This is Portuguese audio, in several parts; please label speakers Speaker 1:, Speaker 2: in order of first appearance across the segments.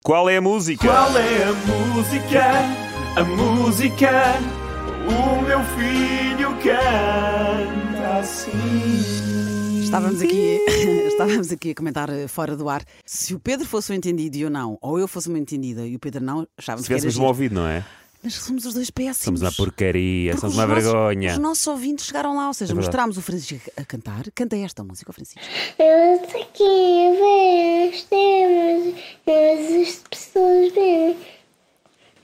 Speaker 1: Qual é a música?
Speaker 2: Qual é a música? A música. O meu filho canta assim.
Speaker 3: Estávamos aqui, estávamos aqui a comentar eh, fora do ar. Se o Pedro fosse o entendido e eu não, ou eu fosse uma entendida e o Pedro não,
Speaker 1: Se
Speaker 3: achávamos que era
Speaker 1: tivéssemos um
Speaker 3: giro.
Speaker 1: ouvido, não é?
Speaker 3: Mas somos os dois péssimos.
Speaker 1: Somos uma porcaria,
Speaker 3: Porque
Speaker 1: somos
Speaker 3: os
Speaker 1: uma
Speaker 3: nossos-
Speaker 1: vergonha.
Speaker 3: Os nossos ouvintes chegaram lá, ou seja,
Speaker 1: verdade.
Speaker 3: mostrámos o Francisco a cantar. Canta esta música, ó Francisco.
Speaker 4: Nós aqui vemos, temos, temos as pessoas bem.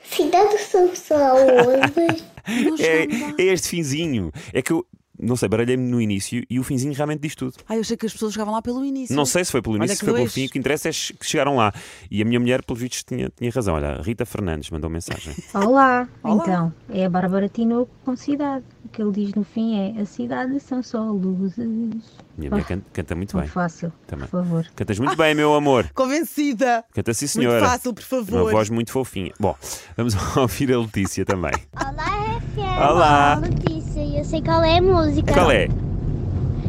Speaker 4: Cidade do São Saúde.
Speaker 3: Nós chegámos lá.
Speaker 1: É, é este finzinho. É que eu, não sei, baralhei-me no início e o finzinho realmente diz tudo.
Speaker 3: Ah, eu achei que as pessoas chegavam lá pelo início.
Speaker 1: Não sei se foi pelo
Speaker 3: é- Olha
Speaker 1: início, se
Speaker 3: que
Speaker 1: foi pelo
Speaker 3: dois.
Speaker 1: fim. O que interessa é che- que chegaram lá. E a minha mulher, pelos vistos, tinha, tinha razão. Olha, a Rita Fernandes mandou mensagem.
Speaker 5: Olá.
Speaker 3: Olá.
Speaker 5: Então, é a Bárbara Tinoco com cidade. O que ele diz no fim é: a cidade são só luzes.
Speaker 1: Minha mulher can- canta muito
Speaker 5: Muito
Speaker 1: bem.
Speaker 5: fácil,
Speaker 1: Também.
Speaker 5: por favor.
Speaker 1: Cantas muito bem, meu amor.
Speaker 3: Convencida.
Speaker 1: Canta sim, senhora.
Speaker 3: Muito fácil, por
Speaker 1: Uma
Speaker 3: favor.
Speaker 1: voz muito fofinha. Bom, vamos ouvir a Letícia também.
Speaker 4: Olá, FM.
Speaker 1: Olá.
Speaker 4: Letícia, eu sei qual é a música.
Speaker 1: Qual é?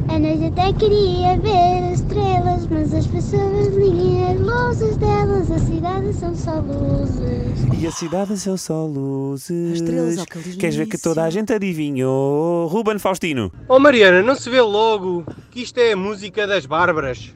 Speaker 4: A noite até queria ver as estrelas, mas as pessoas ninguém as luzes delas. A cidade são só luzes.
Speaker 1: E a cidade são só luzes.
Speaker 3: As estrelas, ó, que ele diz no
Speaker 1: Queres ver que
Speaker 3: início.
Speaker 1: toda a gente adivinhou? Ruben Faustino.
Speaker 6: Oh Mariana, não se vê logo que isto é a música das Bárbaras.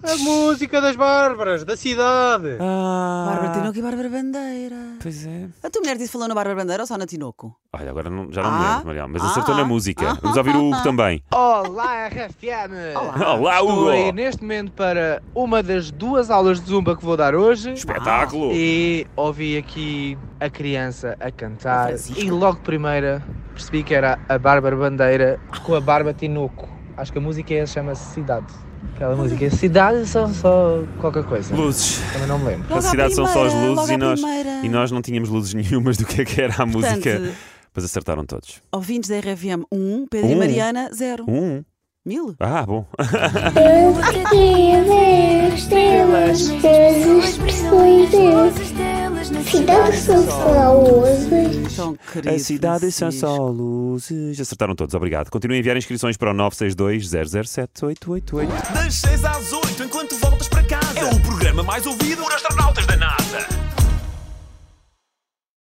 Speaker 6: A música das Bárbaras, da cidade.
Speaker 1: Ah,
Speaker 3: Bárbara Tinoco e Bárbara Bandeira.
Speaker 1: Pois é.
Speaker 3: A tua mulher disse falou na Bárbara Bandeira ou só na Tinoco?
Speaker 1: Olha, agora não- já não me
Speaker 3: Ah.
Speaker 1: lembro, Mariel, mas acertou
Speaker 3: Ah.
Speaker 1: na música. Vamos ouvir o Hugo também.
Speaker 7: Olá, RFM!
Speaker 3: Ah.
Speaker 1: Olá,
Speaker 7: Estou aí
Speaker 1: Hugo!
Speaker 7: neste momento para uma das duas aulas de Zumba que vou dar hoje
Speaker 1: Espetáculo!
Speaker 3: Ah.
Speaker 7: e ouvi aqui a criança a
Speaker 3: A
Speaker 7: cantar
Speaker 3: Francisca.
Speaker 7: e logo de primeira percebi que era a Bárbara Bandeira com a Barba Tinoco. Acho que a música é- chama-se Cidade. Aquela música é Cidade são só qualquer coisa.
Speaker 1: Luzes.
Speaker 7: Também não me lembro.
Speaker 3: Logo
Speaker 1: a
Speaker 3: à
Speaker 1: cidade são só as
Speaker 3: primeira,
Speaker 1: luzes
Speaker 3: logo
Speaker 1: e
Speaker 3: à
Speaker 1: nós,
Speaker 3: primeira.
Speaker 1: e nós não tínhamos luzes nenhumas do que é que era a música.
Speaker 3: Portanto,
Speaker 1: Mas acertaram todos.
Speaker 3: ouvintes da RFM 1, Pedro e
Speaker 1: Um.
Speaker 3: Mariana 0.
Speaker 1: Um.
Speaker 3: Mil?
Speaker 1: Ah, bom.
Speaker 4: Eu queria ver as estrelas, mas as pessoas delas. Cidade são só luzes.
Speaker 3: Então, querido.
Speaker 1: A cidade são
Speaker 3: Francisco.
Speaker 1: só luzes. Acertaram todos, obrigado. Continuem a enviar inscrições para o 962 007 888.
Speaker 2: Das 6 às 8, enquanto voltas para casa. É o programa mais ouvido por astronautas da NASA.